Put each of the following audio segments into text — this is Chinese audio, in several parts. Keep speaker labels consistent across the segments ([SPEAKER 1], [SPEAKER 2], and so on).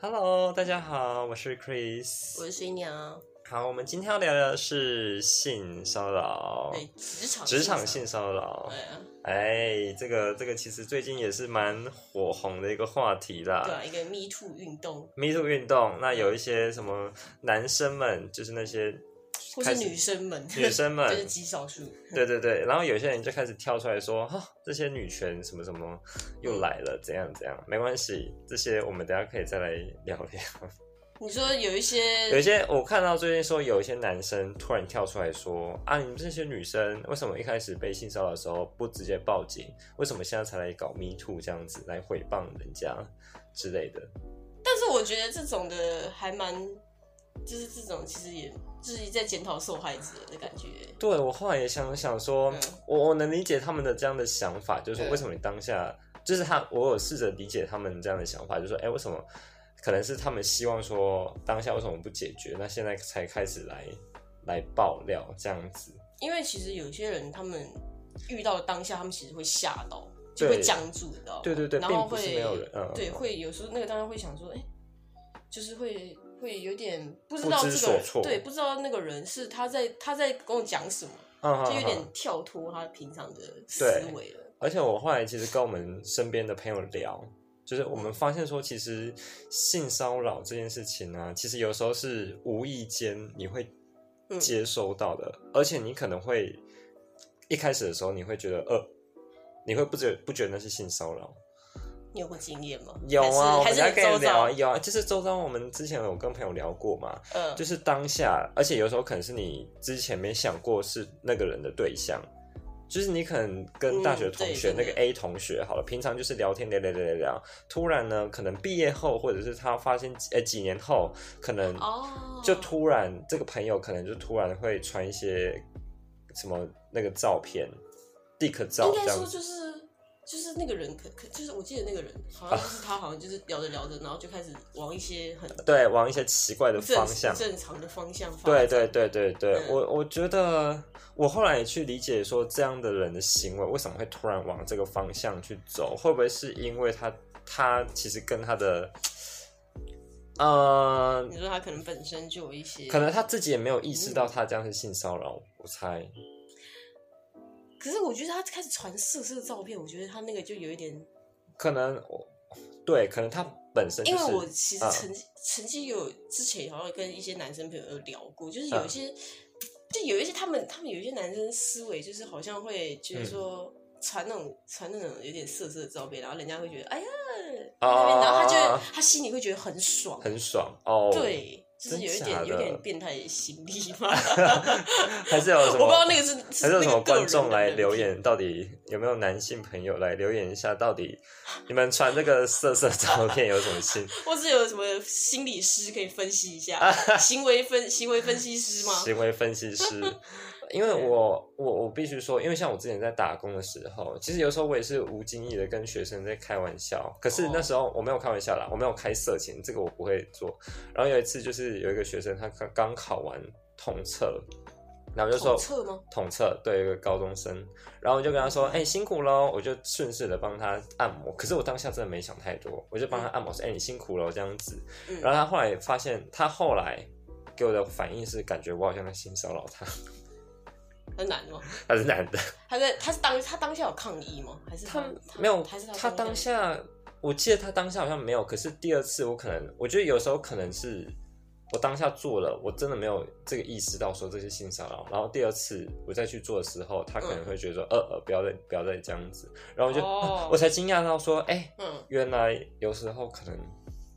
[SPEAKER 1] Hello，大家好，我是 Chris。
[SPEAKER 2] 我是新娘，
[SPEAKER 1] 好，我们今天要聊的是性骚扰，
[SPEAKER 2] 对，职场
[SPEAKER 1] 职场性骚扰
[SPEAKER 2] 对。啊，
[SPEAKER 1] 哎，这个这个其实最近也是蛮火红的一个话题啦。
[SPEAKER 2] 对啊，一个 Me Too 运动，
[SPEAKER 1] Me Too 运动，那有一些什么男生们，就是那些
[SPEAKER 2] 或
[SPEAKER 1] 开
[SPEAKER 2] 是
[SPEAKER 1] 始
[SPEAKER 2] 女生们，
[SPEAKER 1] 女生们
[SPEAKER 2] 就是极少数，
[SPEAKER 1] 对对对，然后有些人就开始跳出来说，哈、这些女权什么什么
[SPEAKER 2] 嗯
[SPEAKER 1] 又来了，怎样怎样，没关系，这些我们等一下可以再来聊聊。
[SPEAKER 2] 你说有一
[SPEAKER 1] 有一
[SPEAKER 2] 些
[SPEAKER 1] 些我看到最近说，有一些男生突然跳出来说，啊，你们这些女生为什么一开始被性骚扰的时候不直接报警，为什么现在才来搞 Me Too 这样子来诽谤人家之类的？
[SPEAKER 2] 但是我觉得这种的还蛮，就是这种其实也就是在检讨受害者的感觉，
[SPEAKER 1] 对我后来也想想说
[SPEAKER 2] 嗯，
[SPEAKER 1] 我我能理解他们的这样的想法，就是说
[SPEAKER 2] 嗯
[SPEAKER 1] 为什么你当下，就是他，我有试着理解他们这样的想法，就是说，哎，为什么可能是他们希望说当下为什么不解决，那现在才开始来来爆料这样子，
[SPEAKER 2] 因为其实有些人他们遇到当下，他们其实会吓到，就
[SPEAKER 1] 对
[SPEAKER 2] 会僵住，你知道吗？
[SPEAKER 1] 对对对
[SPEAKER 2] 哦然后
[SPEAKER 1] 并不
[SPEAKER 2] 会
[SPEAKER 1] 是没有人嗯
[SPEAKER 2] 对，
[SPEAKER 1] 嗯
[SPEAKER 2] 会有时候那个当然会想说，哎、就是会会有点不知
[SPEAKER 1] 不
[SPEAKER 2] 道
[SPEAKER 1] 知
[SPEAKER 2] 这个
[SPEAKER 1] 所
[SPEAKER 2] 人
[SPEAKER 1] 措
[SPEAKER 2] 对，不知道那个人是他在他在跟我讲什么，
[SPEAKER 1] 嗯，
[SPEAKER 2] 就有点
[SPEAKER 1] 嗯嗯
[SPEAKER 2] 跳脱他平常的思
[SPEAKER 1] 对
[SPEAKER 2] 维了。
[SPEAKER 1] 而且我后来其实跟我们身边的朋友聊，就是我们发现说，其实性骚扰这件事情呢、其实有时候是无意间你会
[SPEAKER 2] 嗯
[SPEAKER 1] 接收到的，而且你可能会一开始的时候你会觉得呃，你会不觉不觉得那是性骚扰？
[SPEAKER 2] 你有过经验吗？
[SPEAKER 1] 有啊，我
[SPEAKER 2] 还
[SPEAKER 1] 们
[SPEAKER 2] 是
[SPEAKER 1] 要
[SPEAKER 2] 还是
[SPEAKER 1] 跟
[SPEAKER 2] 周
[SPEAKER 1] 你聊啊，
[SPEAKER 2] 遭，
[SPEAKER 1] 有啊，就是周遭我们之前有跟朋友聊过嘛，
[SPEAKER 2] 嗯，
[SPEAKER 1] 就是当下，而且有时候可能是你之前没想过是那个人的对象，就是你可能跟大学同学、
[SPEAKER 2] 嗯
[SPEAKER 1] 那
[SPEAKER 2] 对
[SPEAKER 1] 个
[SPEAKER 2] 真的
[SPEAKER 1] A 同学好了，平常就是聊天聊聊聊聊聊，突然呢，可能毕业后或者是他发现呃几年后，可能
[SPEAKER 2] 哦，
[SPEAKER 1] 就突然、这个朋友可能就突然会传一些什么那个照片，dick 照
[SPEAKER 2] 应
[SPEAKER 1] 这
[SPEAKER 2] 该
[SPEAKER 1] 样
[SPEAKER 2] 说
[SPEAKER 1] 子，
[SPEAKER 2] 就是。就是那个人可可，就是我记得那个人好像就是他，
[SPEAKER 1] 啊
[SPEAKER 2] 好像就是聊着聊着，然后就开始往一些很
[SPEAKER 1] 对，往一些奇怪的
[SPEAKER 2] 不正
[SPEAKER 1] 方向
[SPEAKER 2] 不。正常的方向发
[SPEAKER 1] 对
[SPEAKER 2] 展。
[SPEAKER 1] 对对对对，
[SPEAKER 2] 嗯
[SPEAKER 1] 我我觉得我后来也去理解说，这样的人的行为为什么会突然往这个方向去走？会不会是因为他他其实跟他的，呃，
[SPEAKER 2] 你说他可能本身就有一些，
[SPEAKER 1] 可能他自己也没有意识到他这样是性骚扰，我猜。
[SPEAKER 2] 可是我觉得他开始传色色的照片，我觉得他那个就有一点，
[SPEAKER 1] 可能我对，可能他本身、就
[SPEAKER 2] 因
[SPEAKER 1] 是、
[SPEAKER 2] 为我其实
[SPEAKER 1] 啊
[SPEAKER 2] 曾曾经有之前好像跟一些男生朋友有聊过，就是
[SPEAKER 1] 啊
[SPEAKER 2] 有一些，就有一些他们他们有一些男生思维就是好像会
[SPEAKER 1] 嗯
[SPEAKER 2] 就是说。传那种传那种有点色色的照片，然后人家会觉得哎呀，那边然后他就
[SPEAKER 1] 啊
[SPEAKER 2] 会他心里会觉得很爽，
[SPEAKER 1] 很爽哦，，
[SPEAKER 2] 对，就是有一
[SPEAKER 1] 真假
[SPEAKER 2] 点有
[SPEAKER 1] 的
[SPEAKER 2] 点变态的心理嘛。
[SPEAKER 1] 还是有什么？
[SPEAKER 2] 我不知道那个是
[SPEAKER 1] 还
[SPEAKER 2] 是
[SPEAKER 1] 是有
[SPEAKER 2] 那
[SPEAKER 1] 什
[SPEAKER 2] 个
[SPEAKER 1] 么
[SPEAKER 2] 个人
[SPEAKER 1] 观
[SPEAKER 2] 的
[SPEAKER 1] 众来
[SPEAKER 2] 人
[SPEAKER 1] 留
[SPEAKER 2] 品
[SPEAKER 1] 言？到底有没有男性朋友来留言一下？到底你们传这个色色照片有什么心
[SPEAKER 2] 或是有什么心理师可以分析 一下，行为分行为分析师吗？
[SPEAKER 1] 行为分析 师？因为我我我必须说，因为像我之前在打工的时候，其实有时候我也是无经意的跟学生在开玩笑，可是
[SPEAKER 2] 哦
[SPEAKER 1] 那时候我没有开玩笑啦，我没有开色情，这个我不会做。然后有一次就是有一个学生，他刚刚考完统测，然后我就说
[SPEAKER 2] 统测吗？
[SPEAKER 1] 统测对一个高中生，然后我就跟他说：“哎、辛苦喽！”我就顺势的帮他按摩。可是我当下真的没想太多，我就帮他按摩说：“哎、你辛苦喽！”这样子。
[SPEAKER 2] 嗯
[SPEAKER 1] 然后他后来发现，他后来给我的反应是，感觉我好像在性骚扰他，
[SPEAKER 2] 很难吗？
[SPEAKER 1] 他是男的，
[SPEAKER 2] 他在他是当他当下有抗议吗？还是
[SPEAKER 1] 他
[SPEAKER 2] 他
[SPEAKER 1] 没有
[SPEAKER 2] 还是，
[SPEAKER 1] 他当下我记得他当下好像没有，可是第二次我可能，我觉得有时候可能是我当下做了，我真的没有这个意识到说这是性骚扰，然后第二次我再去做的时候，他可能会觉得说，呃呃，不要再不要再这样子，然后我就、
[SPEAKER 2] 哦
[SPEAKER 1] 啊我才惊讶到说，哎、
[SPEAKER 2] 嗯，
[SPEAKER 1] 原来有时候可能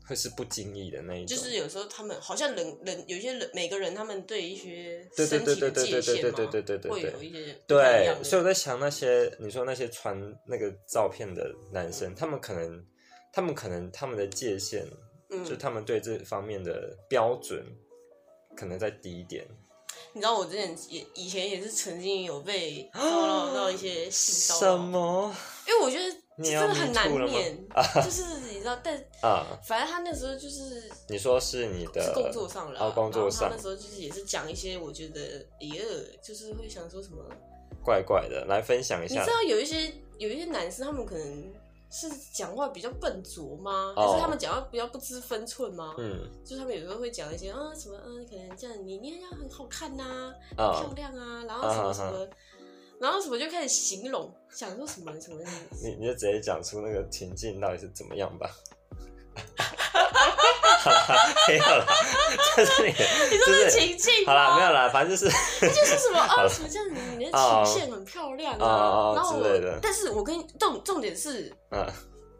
[SPEAKER 1] 会是不经意的那一种，
[SPEAKER 2] 就是有时候他们好像人人有一些人每个人他们对一些
[SPEAKER 1] 对对
[SPEAKER 2] 身体
[SPEAKER 1] 对
[SPEAKER 2] 的
[SPEAKER 1] 对
[SPEAKER 2] 界
[SPEAKER 1] 对对
[SPEAKER 2] 限
[SPEAKER 1] 对
[SPEAKER 2] 嘛
[SPEAKER 1] 对对对对
[SPEAKER 2] 会
[SPEAKER 1] 对
[SPEAKER 2] 有一些不太一
[SPEAKER 1] 对
[SPEAKER 2] 样，的
[SPEAKER 1] 所以我在想那些你说那些传那个照片的男生，他们可能，他们可能他们的界限，就
[SPEAKER 2] 嗯，
[SPEAKER 1] 他们对这方面的标准，可能再低一点。
[SPEAKER 2] 你知道我之前也以前也是曾经有被骚扰到一些哎性骚
[SPEAKER 1] 什
[SPEAKER 2] 扰，
[SPEAKER 1] 么
[SPEAKER 2] 因为我觉得这
[SPEAKER 1] 你
[SPEAKER 2] 真
[SPEAKER 1] 要
[SPEAKER 2] 的很
[SPEAKER 1] me
[SPEAKER 2] 难
[SPEAKER 1] too 了吗
[SPEAKER 2] 免，就是你知道，但
[SPEAKER 1] 啊？
[SPEAKER 2] 反正他那时候就是
[SPEAKER 1] 你说是你的
[SPEAKER 2] 是工作上了，啊
[SPEAKER 1] 哦，工作
[SPEAKER 2] 然后
[SPEAKER 1] 上
[SPEAKER 2] 他那时候就是也是讲一些，我觉得呃也就是会想说什么，
[SPEAKER 1] 怪怪的，来分享一
[SPEAKER 2] 你
[SPEAKER 1] 下
[SPEAKER 2] 知。道有一些有一些男生他们可能是讲话比较笨拙吗？
[SPEAKER 1] 哦
[SPEAKER 2] 还是他们讲话比较不知分寸吗？
[SPEAKER 1] 嗯
[SPEAKER 2] 就是他们有时候会讲一些啊什么嗯、可能这样你你要很好看呐、
[SPEAKER 1] 啊
[SPEAKER 2] 漂，亮啊，然后什么
[SPEAKER 1] 啊
[SPEAKER 2] 什么，然后什么就开始形容，想说什么什么。
[SPEAKER 1] 你你就直接讲出那个情境到底是怎么样吧。 好啦，没有啦， 这是你，
[SPEAKER 2] 你说
[SPEAKER 1] 就是
[SPEAKER 2] 是情境
[SPEAKER 1] 好啦，没
[SPEAKER 2] 吗？
[SPEAKER 1] 有啦，反正就是，
[SPEAKER 2] 就是什么
[SPEAKER 1] 好
[SPEAKER 2] 啊
[SPEAKER 1] 了
[SPEAKER 2] 什么这样你你的
[SPEAKER 1] 哦
[SPEAKER 2] 曲线很漂亮
[SPEAKER 1] 哦哦
[SPEAKER 2] 啊，然后
[SPEAKER 1] 之类的
[SPEAKER 2] 我但是我跟你重重点是
[SPEAKER 1] 嗯，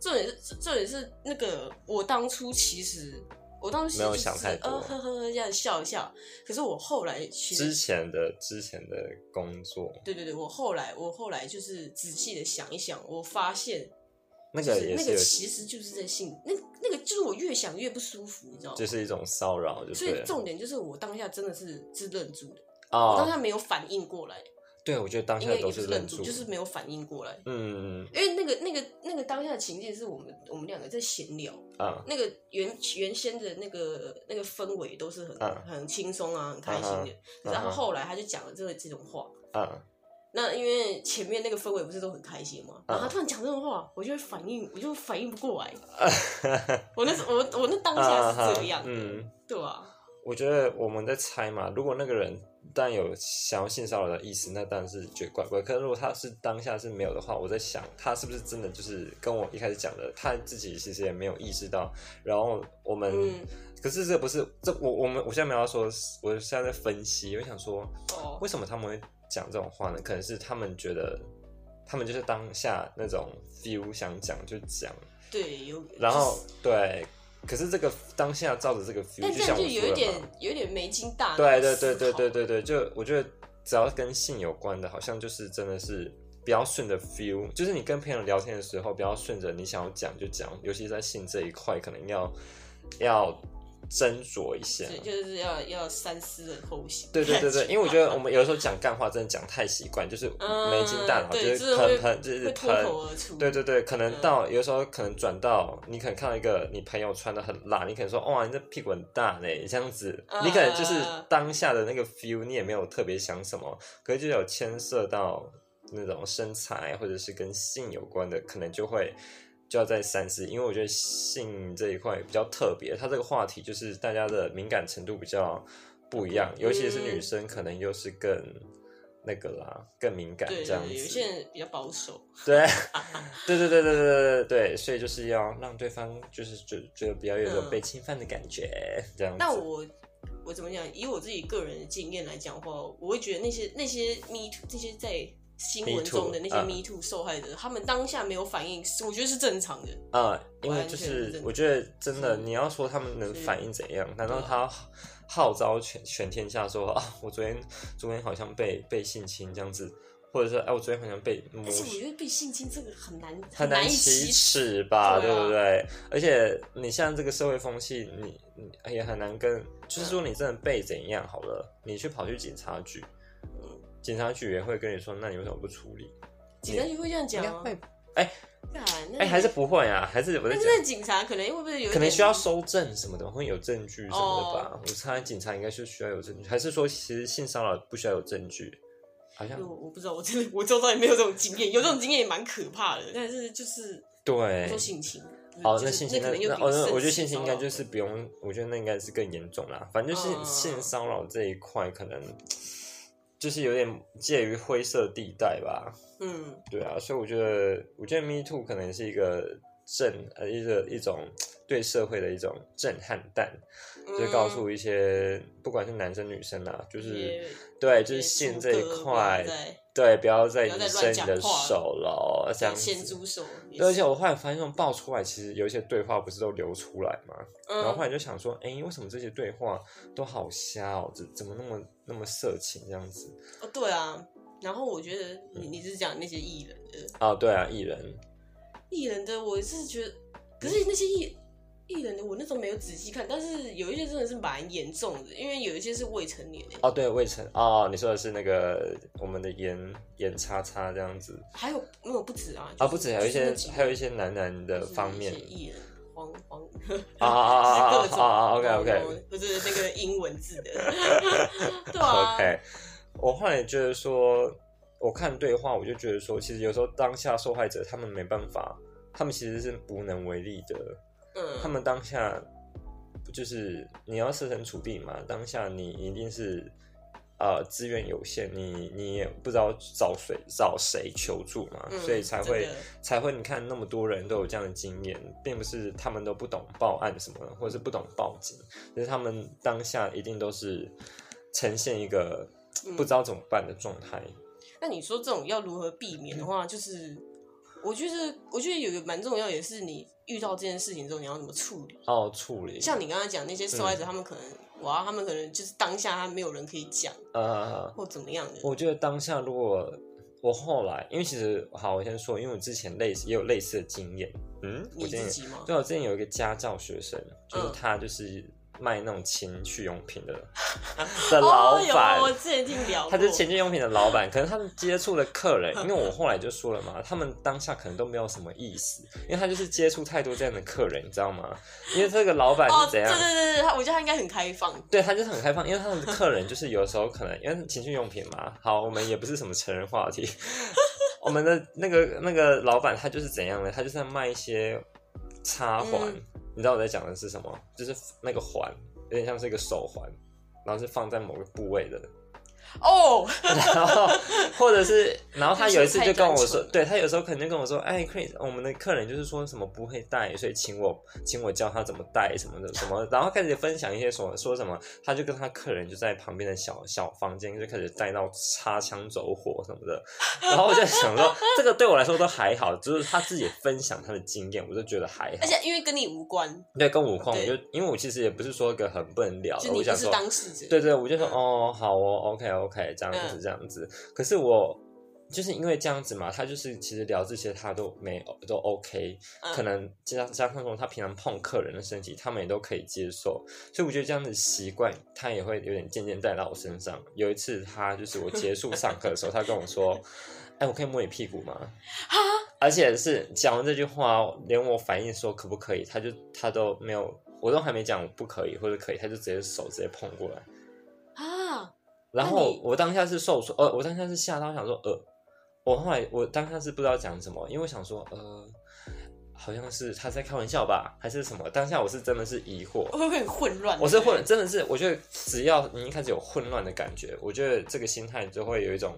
[SPEAKER 2] 重点是重点是那个，我当初其实我当初
[SPEAKER 1] 没有
[SPEAKER 2] 就是
[SPEAKER 1] 想太多
[SPEAKER 2] 呃呵呵呵这样笑一笑。可是我后来其
[SPEAKER 1] 之
[SPEAKER 2] 实，
[SPEAKER 1] 前的之前的工作，
[SPEAKER 2] 对对对，我后来我后来就是仔细的想一想，我发现
[SPEAKER 1] 那
[SPEAKER 2] 就
[SPEAKER 1] 个
[SPEAKER 2] 是
[SPEAKER 1] 也
[SPEAKER 2] 那
[SPEAKER 1] 是
[SPEAKER 2] 个
[SPEAKER 1] 有，
[SPEAKER 2] 其实就是在性，那那个就是我越想越不舒服，你知道吗
[SPEAKER 1] 就？是一种骚扰，就
[SPEAKER 2] 所
[SPEAKER 1] 对
[SPEAKER 2] 以
[SPEAKER 1] 了。
[SPEAKER 2] 重点就是我当下真的是是愣住的，我
[SPEAKER 1] 哦，
[SPEAKER 2] 当下没有反应过来，
[SPEAKER 1] 对，我觉得当
[SPEAKER 2] 应
[SPEAKER 1] 下
[SPEAKER 2] 该也
[SPEAKER 1] 都
[SPEAKER 2] 不是
[SPEAKER 1] 愣
[SPEAKER 2] 愣
[SPEAKER 1] 住，
[SPEAKER 2] 住，就是没有反应过来。
[SPEAKER 1] 嗯嗯
[SPEAKER 2] 因为那个、那个、那个当下的情境是我们我们两个在闲聊，
[SPEAKER 1] 嗯啊
[SPEAKER 2] 那个原原先的那个那个氛围都是很、
[SPEAKER 1] 嗯
[SPEAKER 2] 很轻松啊，很开
[SPEAKER 1] 嗯
[SPEAKER 2] 心的
[SPEAKER 1] 哼。
[SPEAKER 2] 可是他
[SPEAKER 1] 嗯哼
[SPEAKER 2] 后来他就讲了这个这种话，
[SPEAKER 1] 啊，
[SPEAKER 2] 那因为前面那个氛围不是都很开心嘛，然
[SPEAKER 1] 嗯
[SPEAKER 2] 后他突然讲这种话，我就会反应，我就反应不过来。
[SPEAKER 1] 啊
[SPEAKER 2] 我那时我我那当下是这样的，
[SPEAKER 1] 嗯，
[SPEAKER 2] 对吧、
[SPEAKER 1] 我觉得我们在猜嘛，如果那个人但有想要性骚扰的意思，那当然是觉得怪怪。可是如果他是当下是没有的话，我在想他是不是真的就是跟我一开始讲的，他自己其实也没有意识到。然后我们，
[SPEAKER 2] 嗯，
[SPEAKER 1] 可是这不是这我我们我现在没有要说，我现在在分析，我想说
[SPEAKER 2] 哦，
[SPEAKER 1] 为什么他们会讲这种话呢？可能是他们觉得他们就是当下那种 feel 想讲就讲，
[SPEAKER 2] 对，有。
[SPEAKER 1] 然后
[SPEAKER 2] 就是
[SPEAKER 1] 对。可是这个当下照着这个 feel，
[SPEAKER 2] 但这
[SPEAKER 1] 像
[SPEAKER 2] 样
[SPEAKER 1] 我
[SPEAKER 2] 就
[SPEAKER 1] 说
[SPEAKER 2] 有一
[SPEAKER 1] 的
[SPEAKER 2] 点
[SPEAKER 1] 嘛
[SPEAKER 2] 有一点没经大脑
[SPEAKER 1] 对对
[SPEAKER 2] 思
[SPEAKER 1] 对对
[SPEAKER 2] 考
[SPEAKER 1] 对对对，就我觉得只要跟性有关的，好像就是真的是不要顺着 feel，就是你跟朋友聊天的时候，不要顺着你想要讲就讲，尤其在性这一块，可能要要斟酌一下。
[SPEAKER 2] 对，就是要要三思而后行。
[SPEAKER 1] 对对对对，因为我觉得我们有时候讲干话真的讲太习惯，就是没经大脑，
[SPEAKER 2] 嗯对
[SPEAKER 1] 就
[SPEAKER 2] 就是是
[SPEAKER 1] 喷
[SPEAKER 2] 会
[SPEAKER 1] 喷，就是
[SPEAKER 2] 会脱
[SPEAKER 1] 喷。
[SPEAKER 2] 口而出。
[SPEAKER 1] 对对对，可能
[SPEAKER 2] 嗯
[SPEAKER 1] 到、有时候可能转到你可能看到一个你朋友穿的很辣，你可能说哇你这屁股很大呢，这样子，你可能就是
[SPEAKER 2] 啊
[SPEAKER 1] 当下的那个 feel，你也没有特别想什么，可是就有牵涉到那种身材或者是跟性有关的，可能就会就要再三思，因为我觉得性这一块比较特别，它这个话题就是大家的敏感程度比较不一样，尤其是女
[SPEAKER 2] 嗯
[SPEAKER 1] 生可能又是更。那个啦，更敏感
[SPEAKER 2] 对
[SPEAKER 1] 这样子。
[SPEAKER 2] 对，有些人比较保守。
[SPEAKER 1] 对，对对对对对对对对，所以就是要让对方就是觉觉得不要有一种
[SPEAKER 2] 嗯
[SPEAKER 1] 被侵犯的感觉，这样子。
[SPEAKER 2] 但我我怎么讲？以我自己个人的经验来讲的话，我会觉得那些那些 me too 那些在新
[SPEAKER 1] Me
[SPEAKER 2] 闻
[SPEAKER 1] Too，
[SPEAKER 2] 中的那些
[SPEAKER 1] 嗯
[SPEAKER 2] me too 受害者，他们当下没有反应，是我觉得是正常的。
[SPEAKER 1] 啊、因为
[SPEAKER 2] 完
[SPEAKER 1] 就
[SPEAKER 2] 全
[SPEAKER 1] 是
[SPEAKER 2] 认
[SPEAKER 1] 我觉得真的，
[SPEAKER 2] 是
[SPEAKER 1] 你要说他们能
[SPEAKER 2] 是
[SPEAKER 1] 反应怎样？难道
[SPEAKER 2] 对啊
[SPEAKER 1] 他号召全全天下说啊，我昨天昨天好像被被性侵这样子，或者是哎、我昨天好像被摸
[SPEAKER 2] 而且我觉得被性侵这个很难
[SPEAKER 1] 很
[SPEAKER 2] 难
[SPEAKER 1] 难
[SPEAKER 2] 以
[SPEAKER 1] 启
[SPEAKER 2] 启齿。
[SPEAKER 1] 齿吧，
[SPEAKER 2] 对
[SPEAKER 1] 对
[SPEAKER 2] 啊
[SPEAKER 1] 不对？而且你像这个社会风气，你你也很难跟，就是说你真的被怎样好了，你去跑去警察局，警察局也会跟你说，那你为什么不处理？
[SPEAKER 2] 警察局会这样讲啊？
[SPEAKER 1] 会，
[SPEAKER 2] 干那
[SPEAKER 1] 哎，还是不会啊？还是我在
[SPEAKER 2] 但
[SPEAKER 1] 讲
[SPEAKER 2] 是，那警察可能会不会有
[SPEAKER 1] 可能
[SPEAKER 2] 点哦
[SPEAKER 1] 需要收证什么的，会有证据什么的吧？我猜警察应该是需要有证据，还是说其实性骚扰不需要有证据？好像
[SPEAKER 2] 我我不知道，我真的我周遭也没有这种经验，有这种经验也蛮可怕的。但是就是
[SPEAKER 1] 对
[SPEAKER 2] 不，说性侵，
[SPEAKER 1] 哦，
[SPEAKER 2] 嗯就
[SPEAKER 1] 那
[SPEAKER 2] 是
[SPEAKER 1] 性侵
[SPEAKER 2] 可能又
[SPEAKER 1] 那
[SPEAKER 2] 比
[SPEAKER 1] 哦，那
[SPEAKER 2] 性
[SPEAKER 1] 我觉得性侵
[SPEAKER 2] 骚
[SPEAKER 1] 应该
[SPEAKER 2] 扰
[SPEAKER 1] 就是不用，我觉得那应该是更严重啦。反正就是
[SPEAKER 2] 嗯
[SPEAKER 1] 性骚扰这一块，可能就是有点介于灰色地带吧。
[SPEAKER 2] 嗯，
[SPEAKER 1] 对啊，所以我觉得，我觉得 Me Too 可能是一个震呃一个一种对社会的一种震撼弹，就告诉
[SPEAKER 2] 嗯
[SPEAKER 1] 一些不管是男生女生啊，就
[SPEAKER 2] 就是
[SPEAKER 1] 对，就是性这一块，
[SPEAKER 2] 对，
[SPEAKER 1] 对，不要再
[SPEAKER 2] 不要再
[SPEAKER 1] 伸
[SPEAKER 2] 乱
[SPEAKER 1] 你
[SPEAKER 2] 讲
[SPEAKER 1] 的
[SPEAKER 2] 话
[SPEAKER 1] 手喽，这样
[SPEAKER 2] 咸
[SPEAKER 1] 子。
[SPEAKER 2] 猪手也
[SPEAKER 1] 对，而
[SPEAKER 2] 是，
[SPEAKER 1] 且我后来发现，这种爆出来，其实有一些对话不是都流出来嘛，然后后
[SPEAKER 2] 嗯，
[SPEAKER 1] 来就想说，哎、为什么这些对话都好瞎哦？怎怎么那么那么色情这样子？
[SPEAKER 2] 哦对啊。然后我觉得
[SPEAKER 1] 嗯
[SPEAKER 2] 你你是讲那些艺人的，
[SPEAKER 1] 啊，对啊，艺人，
[SPEAKER 2] 艺人的我是觉得，可
[SPEAKER 1] 嗯
[SPEAKER 2] 是那些艺艺人的我那时候没有仔细看，但是有一些真的是蛮严重的，因为有一些是未成年的，
[SPEAKER 1] 哦，对，魏晨，哦，你说的是那个我们的严严叉叉这样子
[SPEAKER 2] 还有没有不止啊？
[SPEAKER 1] 啊，不止，还有一些还有一
[SPEAKER 2] 些
[SPEAKER 1] 些男男的方面
[SPEAKER 2] 艺人黄黄
[SPEAKER 1] 啊啊啊啊
[SPEAKER 2] 就是
[SPEAKER 1] 啊
[SPEAKER 2] 各种
[SPEAKER 1] 啊，OK OK
[SPEAKER 2] 不是那个英文字的， 对啊
[SPEAKER 1] OK，我后来觉得说，我看对话，我就觉得说，其实有时候当下受害者他们没办法他们其实是无能为力的。
[SPEAKER 2] 嗯，
[SPEAKER 1] 他们当下就是你要设身处地嘛，当下你一定是呃资源有限，你你也不知道找谁找谁求助嘛，
[SPEAKER 2] 嗯
[SPEAKER 1] 所以才会
[SPEAKER 2] 真的
[SPEAKER 1] 才会你看那么多人都有这样的经验，并不是他们都不懂报案什么的，或者是不懂报警，只是他们当下一定都是呈现一个
[SPEAKER 2] 嗯
[SPEAKER 1] 不知道怎么办的状态。
[SPEAKER 2] 那你说这种要如何避免的话，就是我觉得我觉得有一个蛮重要，也是你遇到这件事情之后你要怎么处理。
[SPEAKER 1] 哦，处理
[SPEAKER 2] 像你刚刚讲那些受害者，他们可能、哇，他们可能就是当下他没有人可以讲
[SPEAKER 1] 呃，
[SPEAKER 2] 或怎么样的。
[SPEAKER 1] 我觉得当下如果我后来，因为其实好，我先说，因为我之前类似也有类似的经验，嗯，我
[SPEAKER 2] 你
[SPEAKER 1] 之前
[SPEAKER 2] 自己吗？
[SPEAKER 1] 对我之前有一个家教学生，就是
[SPEAKER 2] 嗯
[SPEAKER 1] 他就是卖那种情趣用品 的的老板。
[SPEAKER 2] 哦，有我之前听聊过，
[SPEAKER 1] 他就是情趣用品的老板，可能他们接触的客人，因为我后来就说了嘛，他们当下可能都没有什么意思，因为他就是接触太多这样的客人，你知道吗？因为这个老板
[SPEAKER 2] 哦，
[SPEAKER 1] 是怎
[SPEAKER 2] 对
[SPEAKER 1] 样？
[SPEAKER 2] 对对对，他我觉得他应该很开放，
[SPEAKER 1] 对，他就是很开放，因为他们的客人就是有时候可能因为情趣用品嘛，好，我们也不是什么成人话题， 我们的那个那个老板他就是怎样呢？他就是在卖一些插环，
[SPEAKER 2] 嗯
[SPEAKER 1] 你知道我在讲的是什么？就是那个环，有点像是一个手环。然后是放在某个部位的，
[SPEAKER 2] 哦，
[SPEAKER 1] 然后或者是，然后他有一次就跟我说
[SPEAKER 2] 就是太单纯了，
[SPEAKER 1] 对他有时候可能就跟我说，哎，Chris，我们的客人就是说什么不会戴，所以请我请我教他怎么戴什么的什么，然后开始分享一些什么说什么，他就跟他客人就在旁边的小小房间就开始带到擦枪走火什么 的，然后我就想说，这个对我来说都还好，就是他自己分享他的经验，我就觉得还好
[SPEAKER 2] 而。且因为跟你无关，
[SPEAKER 1] 对，跟我况，我
[SPEAKER 2] 对
[SPEAKER 1] 就因为我其实也不是说一个很不能聊的，
[SPEAKER 2] 就
[SPEAKER 1] 我
[SPEAKER 2] 你
[SPEAKER 1] 想
[SPEAKER 2] 不是
[SPEAKER 1] 说，
[SPEAKER 2] 当事者，
[SPEAKER 1] 对对，我就说
[SPEAKER 2] 嗯
[SPEAKER 1] 哦，好哦，OK OK，这样子
[SPEAKER 2] 嗯
[SPEAKER 1] 这样子。可是我就是因为这样子嘛，他就是其实聊这些他都没有都 OK，
[SPEAKER 2] 嗯
[SPEAKER 1] 可能加加上说他平常碰客人的身体，他们也都可以接受，所以我觉得这样子习惯他也会有点渐渐带到我身上。有一次他就是我结束上课的时候，他跟我说：“哎，我可以摸你屁股吗？”
[SPEAKER 2] 啊
[SPEAKER 1] 而且是讲完这句话，连我反应说可不可以，他就他都没有，我都还没讲不可以或者可以，他就直接手直接碰过来。
[SPEAKER 2] 啊，
[SPEAKER 1] 然
[SPEAKER 2] 那
[SPEAKER 1] 后
[SPEAKER 2] 你
[SPEAKER 1] 我当下是受挫，呃，我当下是吓到，我想说，呃，我后来我当下是不知道讲什么，因为我想说，呃，好像是他在开玩笑吧，还是什么？当下我是真的是疑惑，
[SPEAKER 2] 会不会很混乱？
[SPEAKER 1] 我是混，
[SPEAKER 2] 对
[SPEAKER 1] 真的是，我觉得只要你一开始有混乱的感觉，我觉得这个心态就会有一种，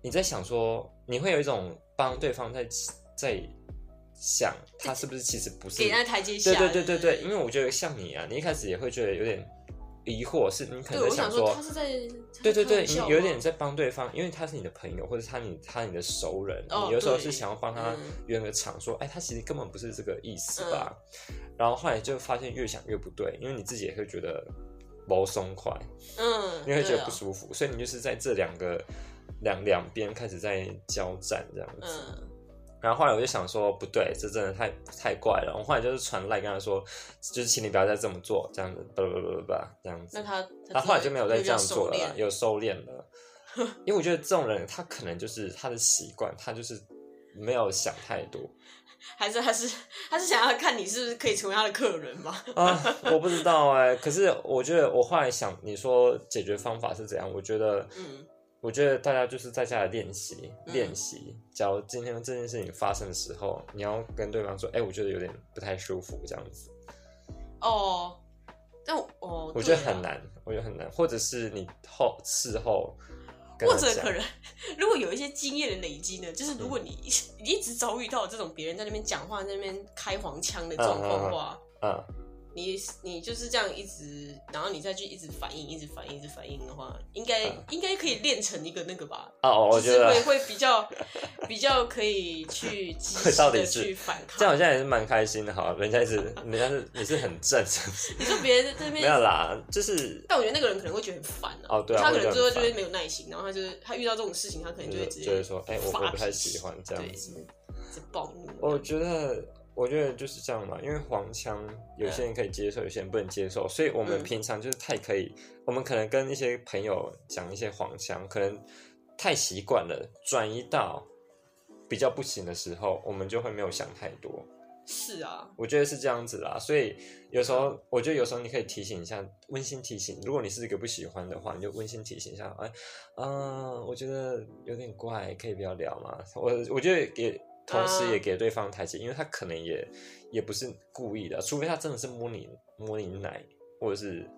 [SPEAKER 1] 你在想说，你会有一种帮对方在在想他是不是其实不
[SPEAKER 2] 不
[SPEAKER 1] 是
[SPEAKER 2] 对给人家台阶下，
[SPEAKER 1] 对对对对对，因
[SPEAKER 2] 为
[SPEAKER 1] 为我觉得像你啊，你一开始也会觉得有点疑惑，是你可
[SPEAKER 2] 对
[SPEAKER 1] 能
[SPEAKER 2] 我
[SPEAKER 1] 在
[SPEAKER 2] 想
[SPEAKER 1] 说
[SPEAKER 2] 说他是在
[SPEAKER 1] 对对对，你有点
[SPEAKER 2] 在
[SPEAKER 1] 在帮对方，因为他是你的朋友，或者他你他你的熟人，
[SPEAKER 2] 哦
[SPEAKER 1] 你有时候
[SPEAKER 2] 对
[SPEAKER 1] 是想要帮他
[SPEAKER 2] 嗯
[SPEAKER 1] 圆个场，说，哎，他其实根本不是这个意思吧？
[SPEAKER 2] 嗯
[SPEAKER 1] 然后后来就发现越想越不对，因为你自己也会觉得毛松快，
[SPEAKER 2] 开玩笑吗嗯，
[SPEAKER 1] 你会觉
[SPEAKER 2] 对
[SPEAKER 1] 得
[SPEAKER 2] 啊
[SPEAKER 1] 不舒服，所以你就是在这两个两两边开始在交战这样子。
[SPEAKER 2] 嗯。
[SPEAKER 1] 然后后来我就想说，不对，这真的太太怪了。我后来就是传赖跟他说，就是请你不要再这么做，这样子，叭叭叭叭叭，这样子。
[SPEAKER 2] 那他，
[SPEAKER 1] 他后来就没有再这样做了啦，
[SPEAKER 2] 比较
[SPEAKER 1] 有收敛了。因为我觉得这种人，他可能就是他的习惯，他就是没有想太多
[SPEAKER 2] 熟练还是还是他是想要看你是不是可以成为他的客人 嘛？
[SPEAKER 1] 啊。我不知道哎、可是我觉得我后来想，你说解决方法是怎样？我觉得，
[SPEAKER 2] 嗯，
[SPEAKER 1] 我觉得大家就是在家里练习
[SPEAKER 2] 嗯
[SPEAKER 1] 练习。假如今天这件事情发生的时候，你要跟对方说，哎、我觉得有点不太舒服，这样子，
[SPEAKER 2] 哦，但我哦，
[SPEAKER 1] 我觉得
[SPEAKER 2] 对啊
[SPEAKER 1] 很难，我觉得很难。或者是你后事后跟他
[SPEAKER 2] 或
[SPEAKER 1] 讲，嗯
[SPEAKER 2] 者可能，如果有一些经验的累积呢，就是如果你你一直遭遇到这种别人在那边讲话、在那边开黄腔的状况的话，
[SPEAKER 1] 嗯。
[SPEAKER 2] 你你就是这样一直，然后你再去一直反应、一直反应、一直反应的话，应该、
[SPEAKER 1] 嗯
[SPEAKER 2] 应该可以练成一个那个吧，
[SPEAKER 1] 哦，我
[SPEAKER 2] 就
[SPEAKER 1] 觉
[SPEAKER 2] 是
[SPEAKER 1] 得
[SPEAKER 2] 会会比较比较可以去及 时
[SPEAKER 1] 到底
[SPEAKER 2] 的
[SPEAKER 1] 是
[SPEAKER 2] 去反 抗。
[SPEAKER 1] 这样我现在也是蛮开心的哈，人家一直，人家是你是很正，
[SPEAKER 2] 你说别人在那
[SPEAKER 1] 没
[SPEAKER 2] 边
[SPEAKER 1] 有啦，就是
[SPEAKER 2] 但我觉得那个人可能会觉得很烦啊。
[SPEAKER 1] 哦对啊
[SPEAKER 2] 他可
[SPEAKER 1] 会
[SPEAKER 2] 能
[SPEAKER 1] 觉
[SPEAKER 2] 最
[SPEAKER 1] 得
[SPEAKER 2] 后
[SPEAKER 1] 很
[SPEAKER 2] 就
[SPEAKER 1] 烦
[SPEAKER 2] 会没有耐心，然后他就是他遇到这种事情，他可能就会直接
[SPEAKER 1] 就是说，哎、我
[SPEAKER 2] 发
[SPEAKER 1] 我不太
[SPEAKER 2] 脾气
[SPEAKER 1] 喜欢这
[SPEAKER 2] 对，
[SPEAKER 1] 样
[SPEAKER 2] 是
[SPEAKER 1] 子。
[SPEAKER 2] 是暴怒。
[SPEAKER 1] 我觉得，我觉得就是这样嘛，因为黄腔有些人可以接受，有些人不能接受，所以我们
[SPEAKER 2] 嗯
[SPEAKER 1] 平常就是太可以，我们可能跟一些朋友讲一些黄腔，可能太习惯了，转移到比较不行的时候，我们就会没有想太多。
[SPEAKER 2] 是啊，
[SPEAKER 1] 我觉得是这样子啦，所以有时候我觉得有时候你可以提醒一下，温馨提醒。如果你是一个不喜欢的话，你就温馨提醒一下，哎，啊、我觉得有点怪，可以不要聊嘛。我我觉得也同时也给对方台阶，因为他可能也也不是故意的，除非他真的是摸你摸你奶，或者是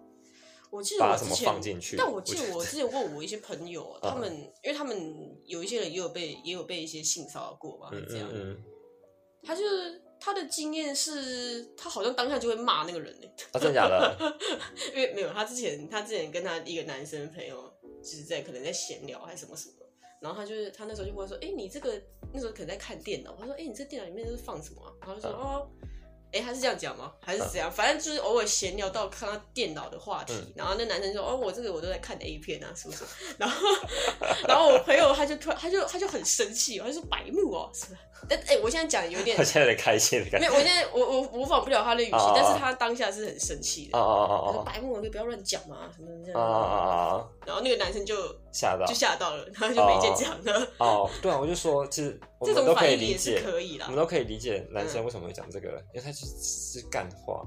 [SPEAKER 2] 我记得
[SPEAKER 1] 把
[SPEAKER 2] 我
[SPEAKER 1] 什
[SPEAKER 2] 之
[SPEAKER 1] 么
[SPEAKER 2] 前
[SPEAKER 1] 放进去。
[SPEAKER 2] 但我记
[SPEAKER 1] 觉
[SPEAKER 2] 得我之前问我一些朋友啊，
[SPEAKER 1] 嗯
[SPEAKER 2] 他们因为他们有一些人也有被也有被一些性骚扰过嘛，
[SPEAKER 1] 嗯
[SPEAKER 2] 这样
[SPEAKER 1] 嗯，嗯，
[SPEAKER 2] 他就是他的经验是，他好像当下就会骂那个人欸呢、
[SPEAKER 1] 啊，真的假的？
[SPEAKER 2] 因为没有他之前他之前跟他一个男生朋友就是在可能在闲聊还是什么什么。然后他就是他那时候就问说：“哎、你这个那时候可能在看电脑。”他说：“哎、你这电脑里面都是放什么、啊？”然后就说：“
[SPEAKER 1] 嗯
[SPEAKER 2] 哦，哎、他是这样讲吗？还是怎样？反正就是偶尔闲聊到看到电脑的话题。
[SPEAKER 1] 嗯
[SPEAKER 2] 然后那男生就说：“哦，我这个我都在看 A 片啊，是不是？”然后 然后我朋友他就突然他就他就很生气，他就说：“白目哦。”是吧但哎、我现在讲有点
[SPEAKER 1] 他现在有点开心的感
[SPEAKER 2] 没
[SPEAKER 1] 觉。
[SPEAKER 2] 有，我现在我我模仿不了他的语气
[SPEAKER 1] 哦，
[SPEAKER 2] 但是他当下是很生气
[SPEAKER 1] 哦
[SPEAKER 2] 的，他说
[SPEAKER 1] 哦哦
[SPEAKER 2] 白目，你不要乱讲嘛，什么这
[SPEAKER 1] 哦哦哦
[SPEAKER 2] 样。
[SPEAKER 1] 哦，
[SPEAKER 2] 然后那个男生就
[SPEAKER 1] 吓到
[SPEAKER 2] 就吓到了，然后就没见讲了。
[SPEAKER 1] 哦，对啊，我就说，其实我
[SPEAKER 2] 这
[SPEAKER 1] 们
[SPEAKER 2] 种
[SPEAKER 1] 都可
[SPEAKER 2] 反
[SPEAKER 1] 以
[SPEAKER 2] 应
[SPEAKER 1] 理
[SPEAKER 2] 也是
[SPEAKER 1] 解，
[SPEAKER 2] 可以
[SPEAKER 1] 我
[SPEAKER 2] 啊嗯啦
[SPEAKER 1] 们，都可以理解男生为什么会讲这个，因为他就是是干话。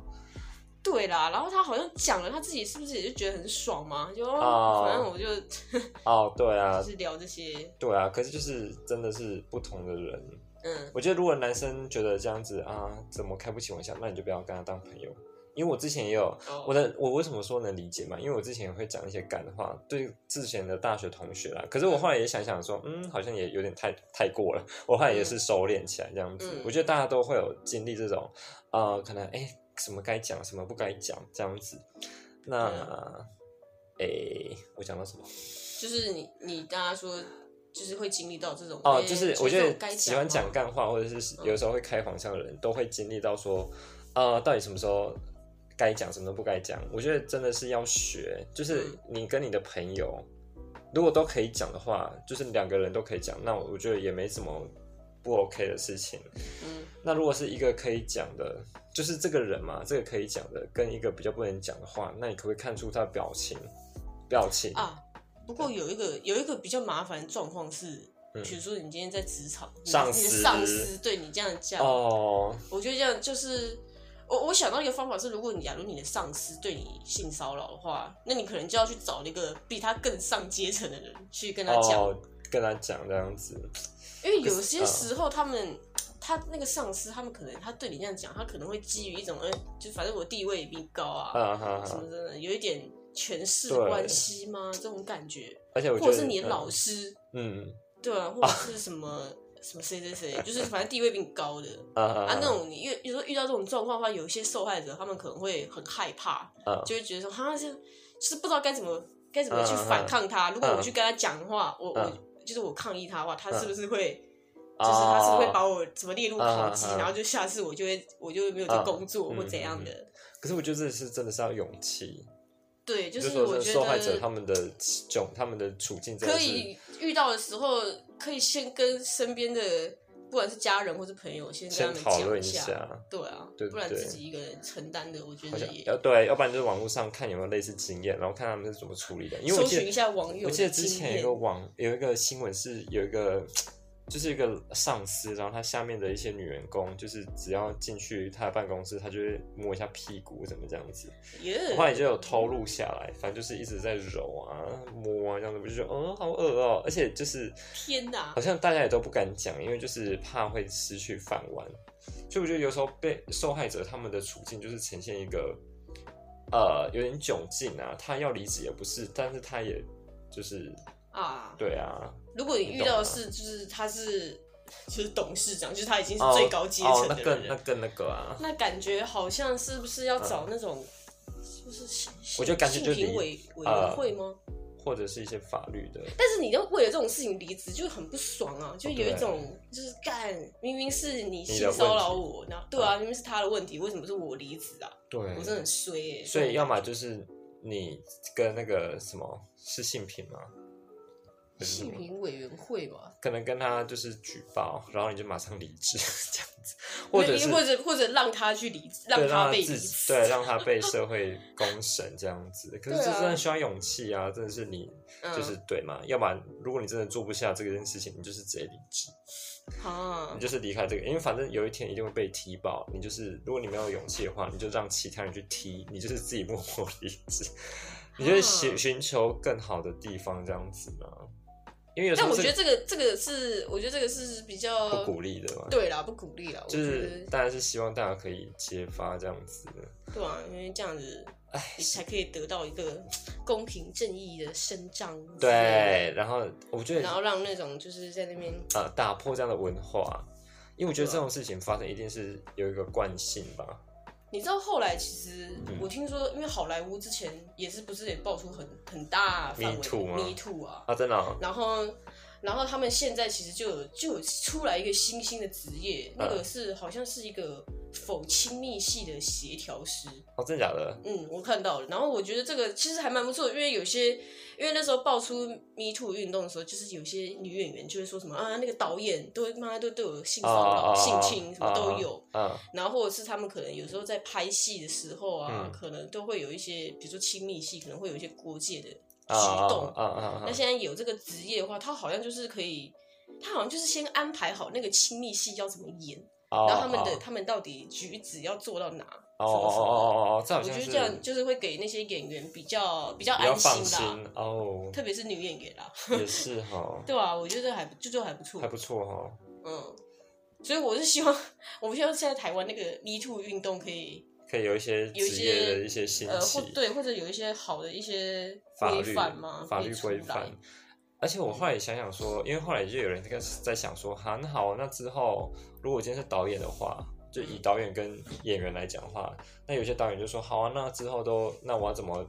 [SPEAKER 2] 对啦。然后他好像讲了，他自己是不是也就觉得很爽嘛？就
[SPEAKER 1] 哦
[SPEAKER 2] 哦反正我就
[SPEAKER 1] 哦，对啊
[SPEAKER 2] 就，是聊这些，
[SPEAKER 1] 对啊，可是就是真的是不同的人。
[SPEAKER 2] 嗯，
[SPEAKER 1] 我觉得如果男生觉得这样子啊，怎么开不起玩笑，那你就不要跟他当朋友。因为我之前也有
[SPEAKER 2] 哦
[SPEAKER 1] 我的，我为什么说能理解嘛？因为我之前也会讲一些干话，对之前的大学同学啦。可是我后来也想想说，嗯，好像也有点太太过了。我后来也是收敛起来这样子。
[SPEAKER 2] 嗯
[SPEAKER 1] 我觉得大家都会有经历这种，呃，可能哎、什么该讲，什么不该讲这样子。那，
[SPEAKER 2] 啊
[SPEAKER 1] 哎、我讲到什么？
[SPEAKER 2] 就是你你大家说就是会经历到这种
[SPEAKER 1] 哦，
[SPEAKER 2] 哎
[SPEAKER 1] 就是
[SPEAKER 2] 这
[SPEAKER 1] 我觉
[SPEAKER 2] 种
[SPEAKER 1] 得
[SPEAKER 2] 该嗯
[SPEAKER 1] 喜欢讲
[SPEAKER 2] 吗
[SPEAKER 1] 干话，或者是有时候会开黄腔的人，都会经历到说，呃，到底什么时候该讲，什么时候不该讲。我觉得真的是要学，就是
[SPEAKER 2] 嗯
[SPEAKER 1] 你跟你的朋友，如果都可以讲的话，就是两个人都可以讲，那我觉得也没什么不 OK 的事情。
[SPEAKER 2] 嗯
[SPEAKER 1] 那如果是一个可以讲的，就是这个人嘛，这个可以讲的，跟一个比较不能讲的话，那你可不可以看出他的表情？表情，
[SPEAKER 2] 啊。不过有一个有一个比较麻烦的状况是，
[SPEAKER 1] 嗯
[SPEAKER 2] 比如说你今天在职场，你的
[SPEAKER 1] 上
[SPEAKER 2] 你的
[SPEAKER 1] 司
[SPEAKER 2] 上司对你这样讲，
[SPEAKER 1] 哦，
[SPEAKER 2] 我觉得这样就是我我想到一个方法是，如果你假如你的上司对你性骚扰的话，那你可能就要去找那个比他更上阶层的人去跟他讲，
[SPEAKER 1] 哦，嗯跟他讲这样子，
[SPEAKER 2] 因为有些时候他们。他那个上司，他们可能他对你这样讲，他可能会基于一种，嗯，就反正我地位比你高啊，
[SPEAKER 1] 啊哈
[SPEAKER 2] 什
[SPEAKER 1] 哈
[SPEAKER 2] 么。的，有一点权势
[SPEAKER 1] 对
[SPEAKER 2] 关系吗？这种感觉，
[SPEAKER 1] 而且我觉
[SPEAKER 2] 或
[SPEAKER 1] 得
[SPEAKER 2] 者是你的老师，
[SPEAKER 1] 嗯嗯
[SPEAKER 2] 对啊，或者是什么什么谁谁谁，就是反正地位比你高的
[SPEAKER 1] 啊啊
[SPEAKER 2] 啊，那种你遇有时候遇到这种状况的话，有一些受害者他们可能会很害怕，
[SPEAKER 1] 啊
[SPEAKER 2] 就会觉得说好像就是不知道该怎么该怎么
[SPEAKER 1] 嗯
[SPEAKER 2] 去反抗他。如果我去跟他讲的话，我我就是我抗议他的话，他是不是会？就是他是不
[SPEAKER 1] 啊
[SPEAKER 2] 是会把我怎么列入考绩
[SPEAKER 1] 嗯哦嗯嗯，嗯
[SPEAKER 2] 然后就下次我就会我就会没有去工作
[SPEAKER 1] 嗯
[SPEAKER 2] 或怎样的。
[SPEAKER 1] 可是我觉得这是真的是要勇气，
[SPEAKER 2] 对，就
[SPEAKER 1] 就是说
[SPEAKER 2] 我
[SPEAKER 1] 是
[SPEAKER 2] 觉
[SPEAKER 1] 受害者
[SPEAKER 2] 得
[SPEAKER 1] 他们的窘，他们的处境真的
[SPEAKER 2] 可
[SPEAKER 1] 是
[SPEAKER 2] 以遇到的时候，可以先跟身边的不管是家人或是朋友先跟
[SPEAKER 1] 先
[SPEAKER 2] 他们
[SPEAKER 1] 讨
[SPEAKER 2] 讲
[SPEAKER 1] 论一
[SPEAKER 2] 下。
[SPEAKER 1] 下，
[SPEAKER 2] 对啊，
[SPEAKER 1] 对对
[SPEAKER 2] 不然
[SPEAKER 1] 对
[SPEAKER 2] 自己一个人承担的，我觉
[SPEAKER 1] 好
[SPEAKER 2] 得
[SPEAKER 1] 像
[SPEAKER 2] 也
[SPEAKER 1] 要对，要不然就是网络上看有没有类似经验，然后看他们是怎么处理的。因为我
[SPEAKER 2] 搜
[SPEAKER 1] 记
[SPEAKER 2] 寻一
[SPEAKER 1] 得
[SPEAKER 2] 下网友
[SPEAKER 1] 我
[SPEAKER 2] 的
[SPEAKER 1] 记
[SPEAKER 2] 经
[SPEAKER 1] 得
[SPEAKER 2] 验。
[SPEAKER 1] 之前有一个网有一个新闻是有一个。就是一个上司，然后他下面的一些女员工，就是只要进去他的办公室，他就会摸一下屁股，怎么这样子。
[SPEAKER 2] 耶
[SPEAKER 1] 我后来就有偷录下来，反正就是一直在揉啊、摸啊这样子，我就觉得嗯好恶哦、而且就是
[SPEAKER 2] 天啊哪
[SPEAKER 1] 好！像大家也都不敢讲，因为就是怕会失去饭碗，所以我觉得有时候被受害者他们的处境就是呈现一个呃有点窘境啊，他要离职也不是，但是他也就是
[SPEAKER 2] 啊，
[SPEAKER 1] 对啊，
[SPEAKER 2] 如果你遇到的是就是他是就是董事长，就是他已经是最高阶
[SPEAKER 1] 哦
[SPEAKER 2] 层
[SPEAKER 1] 那
[SPEAKER 2] 的
[SPEAKER 1] 更
[SPEAKER 2] 人
[SPEAKER 1] 那
[SPEAKER 2] 了，
[SPEAKER 1] 更那个啊，
[SPEAKER 2] 那感觉好像是不是要找那种就是性
[SPEAKER 1] 嗯我觉得干脆就
[SPEAKER 2] 性平
[SPEAKER 1] 离
[SPEAKER 2] 委委
[SPEAKER 1] 呃
[SPEAKER 2] 员会吗？
[SPEAKER 1] 或者是一些法律的，
[SPEAKER 2] 但是你要为了这种事情离职，就很不爽啊，就有
[SPEAKER 1] 哦对
[SPEAKER 2] 一种就是干，明明是你
[SPEAKER 1] 你的
[SPEAKER 2] 性
[SPEAKER 1] 问
[SPEAKER 2] 骚扰
[SPEAKER 1] 题
[SPEAKER 2] 我，然后对啊，明明是他的问题，为什么是我离职啊？
[SPEAKER 1] 对，
[SPEAKER 2] 我真的很衰耶、
[SPEAKER 1] 所以要么就是你跟那个什么是性平吗？还是什么
[SPEAKER 2] 性平委员会吧，
[SPEAKER 1] 可能跟他就是举报，然后你就马上离职 这样子，或者是
[SPEAKER 2] 或者或者让他去离职，
[SPEAKER 1] 对
[SPEAKER 2] 他
[SPEAKER 1] 让
[SPEAKER 2] 被离
[SPEAKER 1] 自己
[SPEAKER 2] 职，
[SPEAKER 1] 对让他被社会公审这样子。可是
[SPEAKER 2] 对
[SPEAKER 1] 这
[SPEAKER 2] 啊
[SPEAKER 1] 真的需要勇气啊！真的是你
[SPEAKER 2] 嗯
[SPEAKER 1] 就是对嘛？要不然如果你真的做不下这件事情，你就是直接离职，
[SPEAKER 2] 啊
[SPEAKER 1] 你，就是离开这个，因为反正有一天一定会被踢爆。你就是如果你没有勇气的话，你就让其他人去踢，你就是自己默默 离职，你就是寻
[SPEAKER 2] 啊
[SPEAKER 1] 寻求更好的地方这样子嘛。因为有时
[SPEAKER 2] 但
[SPEAKER 1] 候
[SPEAKER 2] 我觉得
[SPEAKER 1] 是
[SPEAKER 2] 这个这个是，我觉得这个是比较
[SPEAKER 1] 不鼓励的嘛，
[SPEAKER 2] 对啦，不鼓励啦。我
[SPEAKER 1] 就
[SPEAKER 2] 觉
[SPEAKER 1] 是
[SPEAKER 2] 得
[SPEAKER 1] 当然是希望大家可以揭发这样子的。
[SPEAKER 2] 对啊，因为这样子，才可以得到一个公平正义的伸张。
[SPEAKER 1] 对，然后我觉
[SPEAKER 2] 对，
[SPEAKER 1] 得
[SPEAKER 2] 然后让那种就是在那边，
[SPEAKER 1] 呃打破这样的文化，因为我觉得
[SPEAKER 2] 对啊
[SPEAKER 1] 这种事情发生一定是有一个惯性吧。
[SPEAKER 2] 你知道后来其实
[SPEAKER 1] 嗯
[SPEAKER 2] 我听说，因为好莱坞之前也是不是也爆出很很大范围
[SPEAKER 1] Me Too 吗
[SPEAKER 2] 迷兔啊，
[SPEAKER 1] 啊，真的哦、
[SPEAKER 2] 然后，然后他们现在其实就有就有出来一个新兴的职业，那个是好像是一个否亲密系的协调师。
[SPEAKER 1] 哦，真的假的？
[SPEAKER 2] 嗯，我看到了。然后我觉得这个其实还蛮不错的，因为有些因为那时候爆出 Me Too 运动的时候，就是有些女演员就会说什么啊，那个导演都妈都对我性骚扰、
[SPEAKER 1] 哦哦哦
[SPEAKER 2] 性侵什么都有。
[SPEAKER 1] 嗯，
[SPEAKER 2] 然后或者是他们可能有时候在拍戏的时候啊，
[SPEAKER 1] 嗯
[SPEAKER 2] 可能都会有一些，比如说亲密戏，可能会有一些国界的
[SPEAKER 1] 啊
[SPEAKER 2] 举动。
[SPEAKER 1] 啊啊啊
[SPEAKER 2] 那！现在有这个职业的话，他好像就是可以，他好像就是先安排好那个亲密戏要怎么演，
[SPEAKER 1] 哦
[SPEAKER 2] 然后他们的、
[SPEAKER 1] 哦
[SPEAKER 2] 他们到底举止要做到哪。
[SPEAKER 1] 哦哦哦哦哦，这
[SPEAKER 2] 我
[SPEAKER 1] 好
[SPEAKER 2] 觉
[SPEAKER 1] 像
[SPEAKER 2] 得
[SPEAKER 1] 是
[SPEAKER 2] 这样就是会给那些演员比较比较
[SPEAKER 1] 比较
[SPEAKER 2] 安
[SPEAKER 1] 放
[SPEAKER 2] 心
[SPEAKER 1] 心
[SPEAKER 2] 啦，
[SPEAKER 1] 哦，
[SPEAKER 2] 特别是女演员啦，
[SPEAKER 1] 也是哈，
[SPEAKER 2] 对啊，我觉得还不就就还不错
[SPEAKER 1] 还，不错哈。
[SPEAKER 2] 嗯。所以我是希望，我们希望现在台湾那个 Me Too 运动可以，
[SPEAKER 1] 可以有一些
[SPEAKER 2] 有一
[SPEAKER 1] 职业的
[SPEAKER 2] 些
[SPEAKER 1] 一些新
[SPEAKER 2] 呃，或
[SPEAKER 1] 奇，
[SPEAKER 2] 对，或者有一些好的一些
[SPEAKER 1] 法
[SPEAKER 2] 规
[SPEAKER 1] 律
[SPEAKER 2] 范嘛，
[SPEAKER 1] 法
[SPEAKER 2] 可以
[SPEAKER 1] 律
[SPEAKER 2] 出
[SPEAKER 1] 规
[SPEAKER 2] 来嗯
[SPEAKER 1] 范。而且我后来也想想说，因为后来就有人在在想说，哈，那好，那之后如果我今天是导演的话，就
[SPEAKER 2] 嗯
[SPEAKER 1] 以导演跟演员来讲话，那有些导演就说，好啊，那之后都，那我要怎么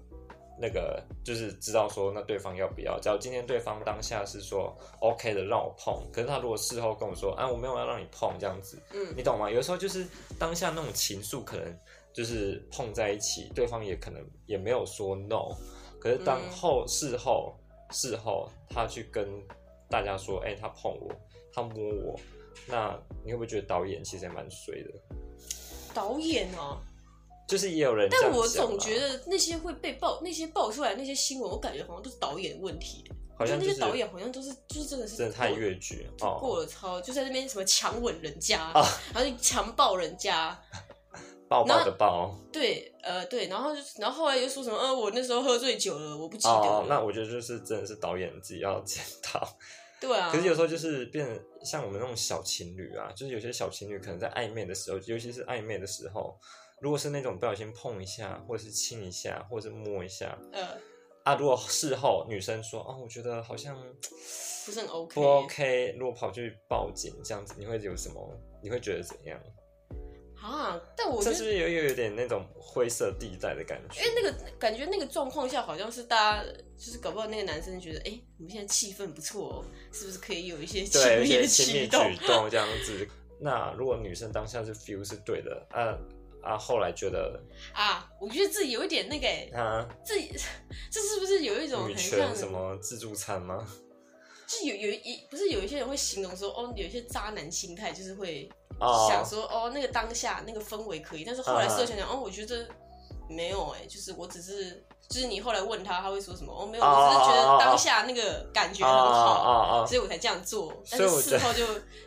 [SPEAKER 1] 那个，就是知道说，那对方要不要？假如今天对方当下是说 OK 的，让我碰，可是他如果事后跟我说，啊，我没有要让你碰这样子，
[SPEAKER 2] 嗯
[SPEAKER 1] 你懂吗？有时候就是当下那种情愫，可能就是碰在一起，对方也可能也没有说 no，可是当
[SPEAKER 2] 嗯
[SPEAKER 1] 后事后事后他去跟大家说，哎、他碰我，他摸我，那你会不会觉得导演其实也蛮衰的？
[SPEAKER 2] 导演哦、
[SPEAKER 1] 就是也有人这样啊想
[SPEAKER 2] 但
[SPEAKER 1] 啦，
[SPEAKER 2] 我总觉得那些会被爆、那些爆出来那些新闻，我感觉好像都是导演问题。
[SPEAKER 1] 好像
[SPEAKER 2] 我觉得
[SPEAKER 1] 就是
[SPEAKER 2] 那些导演好像都是就是真的是
[SPEAKER 1] 真的太
[SPEAKER 2] 过
[SPEAKER 1] 越剧
[SPEAKER 2] 就
[SPEAKER 1] 哦，
[SPEAKER 2] 过了超，就在那边什么强吻人家，
[SPEAKER 1] 啊
[SPEAKER 2] 然后就强暴人家。
[SPEAKER 1] 抱
[SPEAKER 2] 然
[SPEAKER 1] 抱
[SPEAKER 2] 后
[SPEAKER 1] 的抱
[SPEAKER 2] 对，呃，对，然后就然后后来又说什么，呃，我那时候喝醉酒了，我不记得了。
[SPEAKER 1] 哦，那我觉得就是真的是导演自己要检讨。
[SPEAKER 2] 对啊，
[SPEAKER 1] 可是有时候就是变成像我们那种小情侣啊，就是有些小情侣可能在暧昧的时候，尤其是暧昧的时候，如果是那种不小心碰一下，或者是亲一下，或者是摸一下
[SPEAKER 2] 呃
[SPEAKER 1] 啊，如果事后女生说哦，我觉得好像
[SPEAKER 2] 不是很 OK。
[SPEAKER 1] 不 OK，如果跑去报警这样子，你会有什么？你会觉得怎样？
[SPEAKER 2] 啊，但我觉
[SPEAKER 1] 这
[SPEAKER 2] 得
[SPEAKER 1] 是不是有有有点那种灰色地带的感觉
[SPEAKER 2] 因？为那个感觉那个状况下，好像是大家就是搞不好那个男生觉得，哎、我们现在气氛不错哦，是不是可以有一些亲
[SPEAKER 1] 对，有
[SPEAKER 2] 密
[SPEAKER 1] 些
[SPEAKER 2] 的
[SPEAKER 1] 亲密
[SPEAKER 2] 举
[SPEAKER 1] 举
[SPEAKER 2] 动？
[SPEAKER 1] 动这样子。那如果女生当下是 feel 是对的，啊啊，后来觉得
[SPEAKER 2] 啊，我觉得自己有一点那个、欸，
[SPEAKER 1] 啊。
[SPEAKER 2] 自己这是不是有一种
[SPEAKER 1] 女
[SPEAKER 2] 很
[SPEAKER 1] 权
[SPEAKER 2] 像
[SPEAKER 1] 什？么自助餐吗？
[SPEAKER 2] 就有有一不是有一些人会形容说，哦，有一些渣男心态，就是会
[SPEAKER 1] 哦
[SPEAKER 2] 想说，哦，那个当下那个氛围可以，但是后来
[SPEAKER 1] 嗯
[SPEAKER 2] 事后想想，哦，我觉得没有哎、就是我只是。就是你后来问他，他会说什么？哦，没有，
[SPEAKER 1] 哦
[SPEAKER 2] 我只是觉
[SPEAKER 1] 哦哦哦
[SPEAKER 2] 得当下那个感觉
[SPEAKER 1] 啊
[SPEAKER 2] 很好，
[SPEAKER 1] 啊啊！
[SPEAKER 2] 所以我才这样做。但
[SPEAKER 1] 所以
[SPEAKER 2] 是
[SPEAKER 1] 我觉
[SPEAKER 2] 事
[SPEAKER 1] 得
[SPEAKER 2] 后就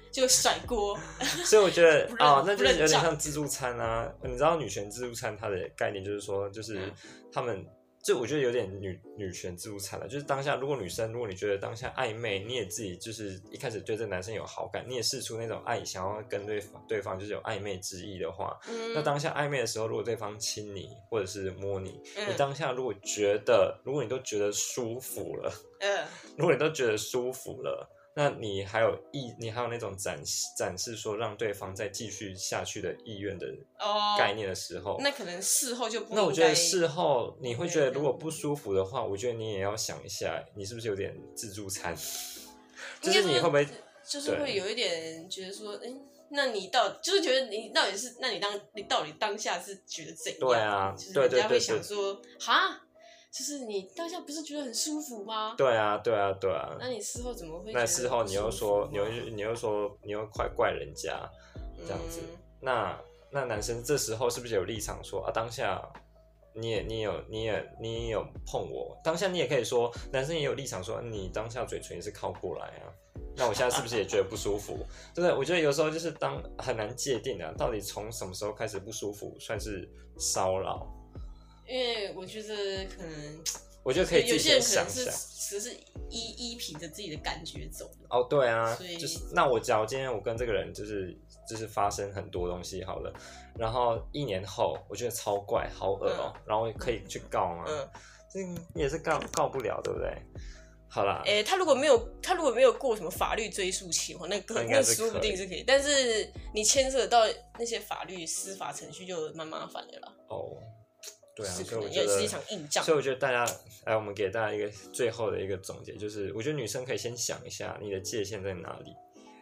[SPEAKER 2] 就甩 锅，
[SPEAKER 1] 所以我觉得
[SPEAKER 2] 不认
[SPEAKER 1] 啊，那
[SPEAKER 2] 不
[SPEAKER 1] 就是有
[SPEAKER 2] 认
[SPEAKER 1] 点
[SPEAKER 2] 账
[SPEAKER 1] 像自助餐啊。你知道女权自助餐它的概念就是说，就是
[SPEAKER 2] 嗯
[SPEAKER 1] 他们就我觉得有点女女权自助餐了，就是当下如果女生如果你觉得当下暧昧，你也自己就是一开始对这男生有好感，你也试出那种爱，想要跟对方对方就是有暧昧之意的话，
[SPEAKER 2] 嗯
[SPEAKER 1] 那当下暧昧的时候，如果对方亲你或者是摸你，你
[SPEAKER 2] 嗯
[SPEAKER 1] 当下如果觉得如果你都觉得舒服了。
[SPEAKER 2] 嗯，
[SPEAKER 1] 如果你都觉得舒服了，那你还有意，你还有那种展示展示说让对方再继续下去的意愿的
[SPEAKER 2] 哦，
[SPEAKER 1] 概念的时候，
[SPEAKER 2] 那可能事后就不
[SPEAKER 1] 那我
[SPEAKER 2] 应
[SPEAKER 1] 觉得
[SPEAKER 2] 该
[SPEAKER 1] 事后你会觉得
[SPEAKER 2] 对
[SPEAKER 1] 如果不舒服的话，我觉得你也要想一下，你是不是有点自助餐？ 就
[SPEAKER 2] 应该
[SPEAKER 1] 是你
[SPEAKER 2] 说
[SPEAKER 1] 会不会
[SPEAKER 2] 就是会
[SPEAKER 1] 对
[SPEAKER 2] 有一点觉得说，哎、那你到就是觉得你到底是，那你当你到底当下是觉得怎样？
[SPEAKER 1] 对啊
[SPEAKER 2] 就是
[SPEAKER 1] 对
[SPEAKER 2] 人
[SPEAKER 1] 对对
[SPEAKER 2] 家会
[SPEAKER 1] 对
[SPEAKER 2] 想说，哈，就是你当下不是觉得很舒服吗？
[SPEAKER 1] 对啊对啊对啊？
[SPEAKER 2] 那你事后怎么会觉得
[SPEAKER 1] 那
[SPEAKER 2] 不舒服啊？
[SPEAKER 1] 事后你又说，你又你又说，你又快怪人家，这样子
[SPEAKER 2] 嗯
[SPEAKER 1] 那那男生这时候是不是有立场说啊，当下你也你也有你也你也有碰我，当下你也可以说，男生也有立场说啊你当下嘴唇也是靠过来啊，那我现在是不是也觉得不舒服？ 对不对？我觉得有时候就是当很难界定啊，到底从什么时候开始不舒服算是骚扰？
[SPEAKER 2] 因为我觉得可能
[SPEAKER 1] 我觉得可以自
[SPEAKER 2] 有
[SPEAKER 1] 己
[SPEAKER 2] 些人
[SPEAKER 1] 先想
[SPEAKER 2] 可能
[SPEAKER 1] 一
[SPEAKER 2] 是
[SPEAKER 1] 下。
[SPEAKER 2] 只是依依凭着自己的感觉走的。
[SPEAKER 1] 哦，对啊
[SPEAKER 2] 所以，
[SPEAKER 1] 就是那我假如今天我跟这个人就是就是发生很多东西好了，然后一年后我觉得超怪，好恶哦、然后可以去告吗？
[SPEAKER 2] 嗯，
[SPEAKER 1] 这也是告告不了，对不对？好啦，
[SPEAKER 2] 诶、他如果没有他如果没有过什么法律追诉期的话，那
[SPEAKER 1] 那
[SPEAKER 2] 个
[SPEAKER 1] 应
[SPEAKER 2] 那
[SPEAKER 1] 该是
[SPEAKER 2] 说不定是可以。但是你牵涉到那些法律司法程序就蛮麻烦的啦，
[SPEAKER 1] 哦，对啊，
[SPEAKER 2] 是
[SPEAKER 1] 所
[SPEAKER 2] 可
[SPEAKER 1] 以我
[SPEAKER 2] 能
[SPEAKER 1] 觉
[SPEAKER 2] 也
[SPEAKER 1] 得
[SPEAKER 2] 是一场硬仗
[SPEAKER 1] 所。以我觉得大家，哎，我们给大家一个最后的一个总结，就是我觉得女生可以先想一下你的界限在哪里，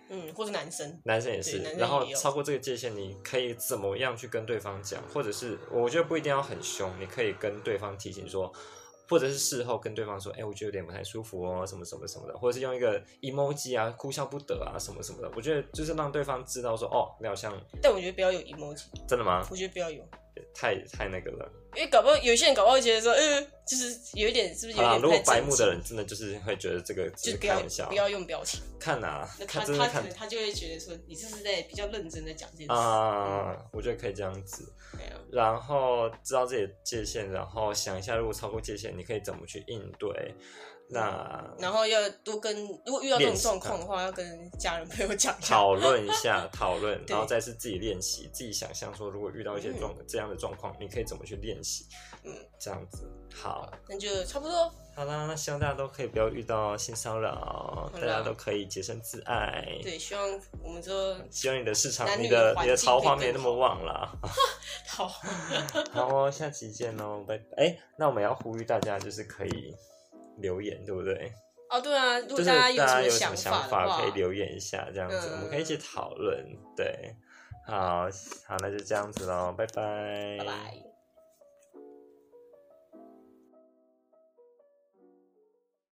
[SPEAKER 2] 嗯，或是男生，
[SPEAKER 1] 男生也是
[SPEAKER 2] 对男，生
[SPEAKER 1] 然后
[SPEAKER 2] 也有
[SPEAKER 1] 超过这个界限，你可以怎么样去跟对方讲，或者是我觉得不一定要很凶，你可以跟对方提醒说。或者是事后跟对方说，哎、我觉得有点不太舒服哦，什么什么什么的，或者是用一个 emoji 啊，哭笑不得啊，什么什么的。我觉得就是让对方知道说，哦，你好像
[SPEAKER 2] 但我觉得不要有 emoji，
[SPEAKER 1] 真的吗？
[SPEAKER 2] 我觉得不要有，
[SPEAKER 1] 太太那个了。
[SPEAKER 2] 因为搞不好有些人搞不好觉得说，呃，就是有一点是不是
[SPEAKER 1] 好
[SPEAKER 2] 有
[SPEAKER 1] 啦，
[SPEAKER 2] 点
[SPEAKER 1] 如
[SPEAKER 2] 不
[SPEAKER 1] 果
[SPEAKER 2] 太
[SPEAKER 1] 白
[SPEAKER 2] 正
[SPEAKER 1] 目
[SPEAKER 2] 经
[SPEAKER 1] 的人真的就是会觉得这个只
[SPEAKER 2] 就是不
[SPEAKER 1] 开
[SPEAKER 2] 要
[SPEAKER 1] 玩笑，
[SPEAKER 2] 不要用表情，
[SPEAKER 1] 看啊，
[SPEAKER 2] 那
[SPEAKER 1] 看
[SPEAKER 2] 他
[SPEAKER 1] 真的
[SPEAKER 2] 他
[SPEAKER 1] 看
[SPEAKER 2] 可能他就会觉得说你这是在比较认真的讲这件事，
[SPEAKER 1] 啊、我觉得可以这样子。
[SPEAKER 2] 对啊，
[SPEAKER 1] 然后知道自己的界限，然后想一下，如果超过界限，你可以怎么去应对。那
[SPEAKER 2] 然后要多跟如果遇到这
[SPEAKER 1] 练
[SPEAKER 2] 种
[SPEAKER 1] 习
[SPEAKER 2] 状况的话，要跟家人朋友讲一下，
[SPEAKER 1] 讨论一下，讨 论，
[SPEAKER 2] 对
[SPEAKER 1] 然后再是自己练习，自己想象说，如果遇到一些状、这样的状况，你可以怎么去练习？
[SPEAKER 2] 嗯，
[SPEAKER 1] 这样子。好，
[SPEAKER 2] 那就差不多，
[SPEAKER 1] 好啦，那希望大家都可以不要遇到性骚扰，
[SPEAKER 2] 啦
[SPEAKER 1] 大家都可以洁身自爱。
[SPEAKER 2] 对，希望我们就
[SPEAKER 1] 希望你的市场
[SPEAKER 2] 男，女
[SPEAKER 1] 你的
[SPEAKER 2] 环
[SPEAKER 1] 你的
[SPEAKER 2] 境
[SPEAKER 1] 桃
[SPEAKER 2] 可以
[SPEAKER 1] 花
[SPEAKER 2] 更
[SPEAKER 1] 没那么
[SPEAKER 2] 好
[SPEAKER 1] 旺啦。
[SPEAKER 2] 好，
[SPEAKER 1] 好哦，下期见哦，拜拜。哎，那我们要呼吁大家，就是可以留言，对不对？
[SPEAKER 2] 哦对啊，如
[SPEAKER 1] 就
[SPEAKER 2] 果
[SPEAKER 1] 是
[SPEAKER 2] 家
[SPEAKER 1] 大家
[SPEAKER 2] 有
[SPEAKER 1] 有
[SPEAKER 2] 什
[SPEAKER 1] 什
[SPEAKER 2] 么
[SPEAKER 1] 么
[SPEAKER 2] 想
[SPEAKER 1] 想
[SPEAKER 2] 法的
[SPEAKER 1] 法
[SPEAKER 2] 话
[SPEAKER 1] 可以，留言一下，这样子、
[SPEAKER 2] 嗯
[SPEAKER 1] 我们可以一起讨论。对，好，好，那就这样子喽，拜拜，
[SPEAKER 2] 拜拜。